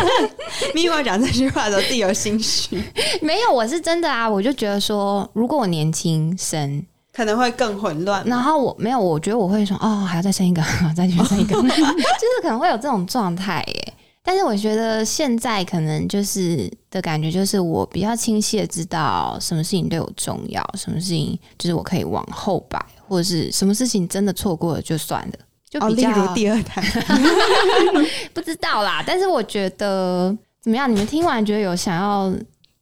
C: Mimo 讲这句话的时候，自己有心虚，
B: 没有，我是真的啊，我就觉得说，如果我年轻生，
C: 可能会更混乱。
B: 然后我没有， 我觉得我会说，哦，还要再生一个，还要再去生一个，就是可能会有这种状态耶。但是我觉得现在可能就是的感觉，就是我比较清晰的知道什么事情对我重要，什么事情就是我可以往后摆，或者是什么事情真的错过了就算了，就
C: 哦，
B: 比
C: 例
B: 较、
C: 如第二胎，
B: 不知道啦。但是我觉得怎么样？你们听完觉得有想要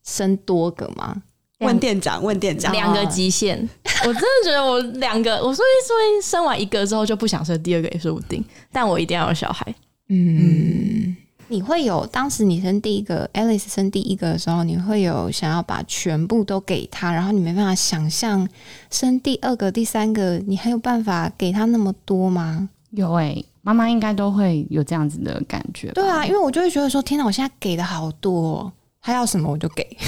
B: 生多个吗？
C: 问店长，问店长，
D: 两个极限，我真的觉得我两个，我说一说一生完一个之后就不想生第二个也说不定，但我一定要有小孩。
B: 嗯，你会有当时你生第一个，Alice 生第一个的时候，你会有想要把全部都给他，然后你没办法想象生第二个、第三个，你还有办法给他那么多吗？
A: 有哎、妈妈应该都会有这样子的感觉吧。
B: 对啊，因为我就会觉得说，天哪，我现在给的好多、哦，他要什么我就给，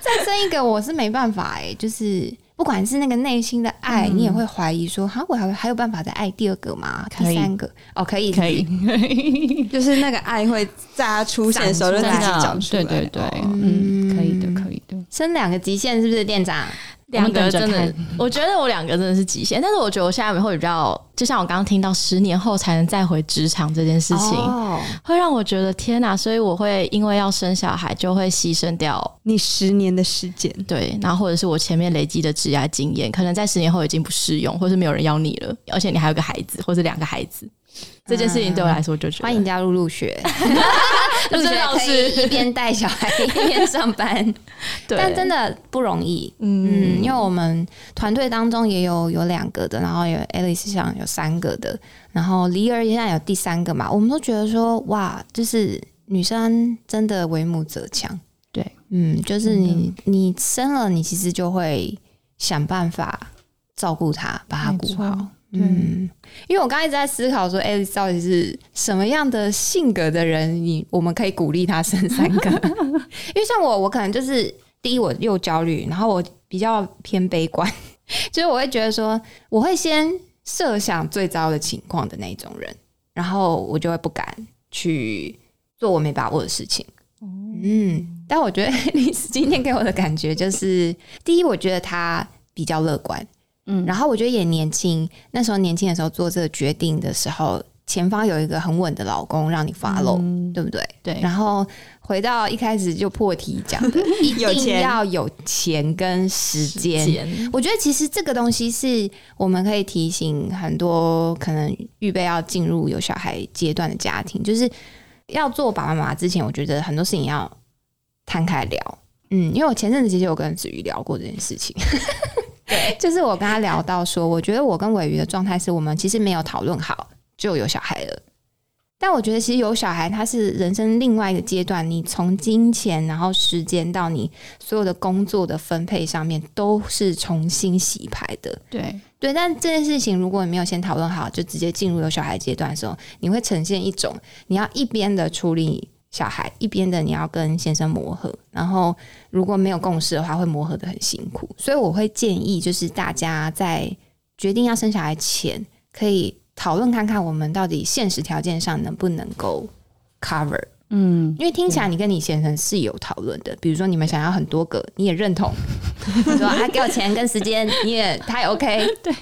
B: 再生一个我是没办法哎、就是。不管是那个内心的爱，你也会怀疑说，哈，我还还有办法再爱第二个吗？第
A: 可以
B: 三个哦，可以，
A: 可以，
C: 就是那个爱会在他出现的时候就自
A: 真
C: 己
A: 的
C: 长，出 来。
A: 对对对，
C: 哦
A: 嗯，可以的，可以的。
B: 生两个极限是不是店长？
A: 我
D: 两
A: 们
D: 个
A: 等着
D: 真的
A: 看，
D: 我觉得我两个真的是极限，但是我觉得我现在会比较，就像我刚刚听到十年后才能再回职场这件事情，
B: 哦
D: 会让我觉得天哪、所以我会因为要生小孩就会牺牲掉
C: 你十年的时间，
D: 对，然后或者是我前面累积的职业经验，可能在十年后已经不适用，或是没有人要你了，而且你还有个孩子或者两个孩子，这件事情对我来说就觉得、
B: 嗯欢迎加入入 学，入学
D: 老
B: 可以
D: 师
B: 一边带小孩 一边上班，
D: 对，
B: 但真的不容易。
D: 嗯
B: 嗯，因为我们团队当中也有有两个的，然后有 Alice 上有三个的，然后梨儿现在有第三个嘛，我们都觉得说哇，就是女生真的为母则强。
A: 对，
B: 嗯，就是你你生了，你其实就会想办法照顾她，把她
A: 没
B: 顾
A: 错
B: 好。嗯，因为我刚刚一直在思考说，Alice 到底是什么样的性格的人，你我们可以鼓励她生三个。因为像我，我可能就是第一，我又焦虑，然后我比较偏悲观， 就是我会觉得说，我会先设想最糟的情况的那种人，然后我就会不敢去做我没把握的事情。嗯，但我觉得 Alice 今天给我的感觉就是，第一，我觉得他比较乐观，
A: 嗯
B: 然后我觉得也年轻，那时候年轻的时候做这个决定的时候，前方有一个很稳的老公让你 follow，、对
C: 嗯
B: 不对？
A: 对
B: 然后回到一开始就破题讲的，一
C: 有
B: 定
C: 钱
B: 要有钱跟时间。
D: 嗯
B: 我觉得其实这个东西是我们可以提醒很多可能预备要进入有小孩阶段的家庭，就是要做爸爸妈妈之前，我觉得很多事情要摊开聊。嗯，因为我前阵子其实有跟子瑜聊过这件事情，对，就是我跟他聊到说，我觉得我跟尾鱼的状态是我们其实没有讨论好就有小孩了。但我觉得，其实有小孩，他是人生另外一个阶段。你从金钱，然后时间到你所有的工作的分配上面，都是重新洗牌的。
A: 对，
B: 对，但这件事情如果你没有先讨论好，就直接进入有小孩阶段的时候，你会呈现一种你要一边的处理小孩，一边的你要跟先生磨合，然后如果没有共识的话，会磨合的很辛苦。所以我会建议，就是大家在决定要生小孩前，可以讨论看看我们到底现实条件上能不能够 cover。
A: 嗯，
B: 因为听起来你跟你先生是有讨论的，比如说你们想要很多个，你也认同，你说他给我钱跟时间，你也他也 OK，对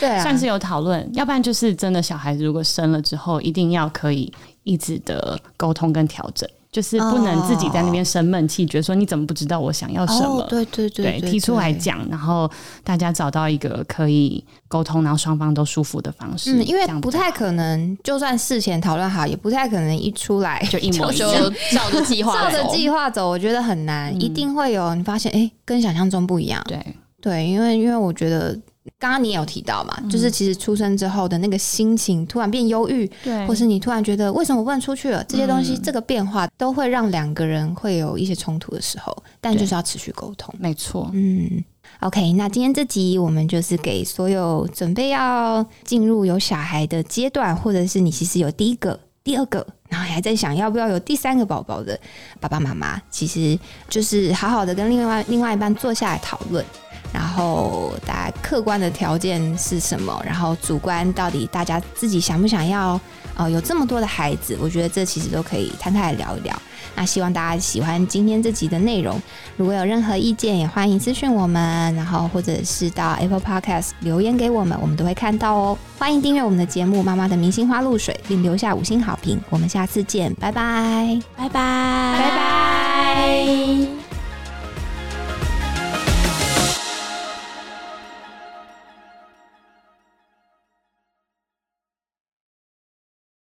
B: 对啊，
A: 算是有讨论，要不然就是真的小孩子如果生了之后，一定要可以一直的沟通跟调整，就是不能自己在那边生闷气，觉得说你怎么不知道我想要什么。
B: 哦，对对对
A: 对，提出来。讲，然后大家找到一个可以沟通，然后双方都舒服的方式。
B: 嗯，因为
A: 这样
B: 不
A: 比较
B: 太
A: 好
B: 可能，就算事前讨论好，也不太可能一出 来
A: 就一模一样。
D: 就照着计 划
B: 照
D: 走，
B: 着计划走，我觉得很难，
A: 嗯
B: 一定会有你发现，哎、跟想象中不一样。
A: 对，
B: 对，因为因为我觉得刚刚你也有提到
A: 嗯
B: 嘛，就是其实出生之后的那个心情突然变忧郁，
A: 对嗯
B: 或是你突然觉得为什么问出去了，这些东西、这个变化都会让两个人会有一些冲突的时候，但
A: 对
B: 就是要持续沟通。
A: 没错，
B: 嗯，OK，那今天这集我们就是给所有准备要进入有小孩的阶段，或者是你其实有第一个、第二个，然后还在想要不要有第三个宝宝的爸爸妈妈，其实就是好好的跟另外另外一半坐下来讨论。然后大家客观的条件是什么，然后主观到底大家自己想不想要呃有这么多的孩子，我觉得这其实都可以摊开来聊一聊。那希望大家喜欢今天这集的内容，如果有任何意见，也欢迎私讯我们，然后或者是到 Apple Podcast 留言给我们，我们都会看到哦。欢迎订阅我们的节目《妈妈的明星花露水》，并留下五星好评。我们下次见，拜拜，
D: 拜拜，拜
B: 拜。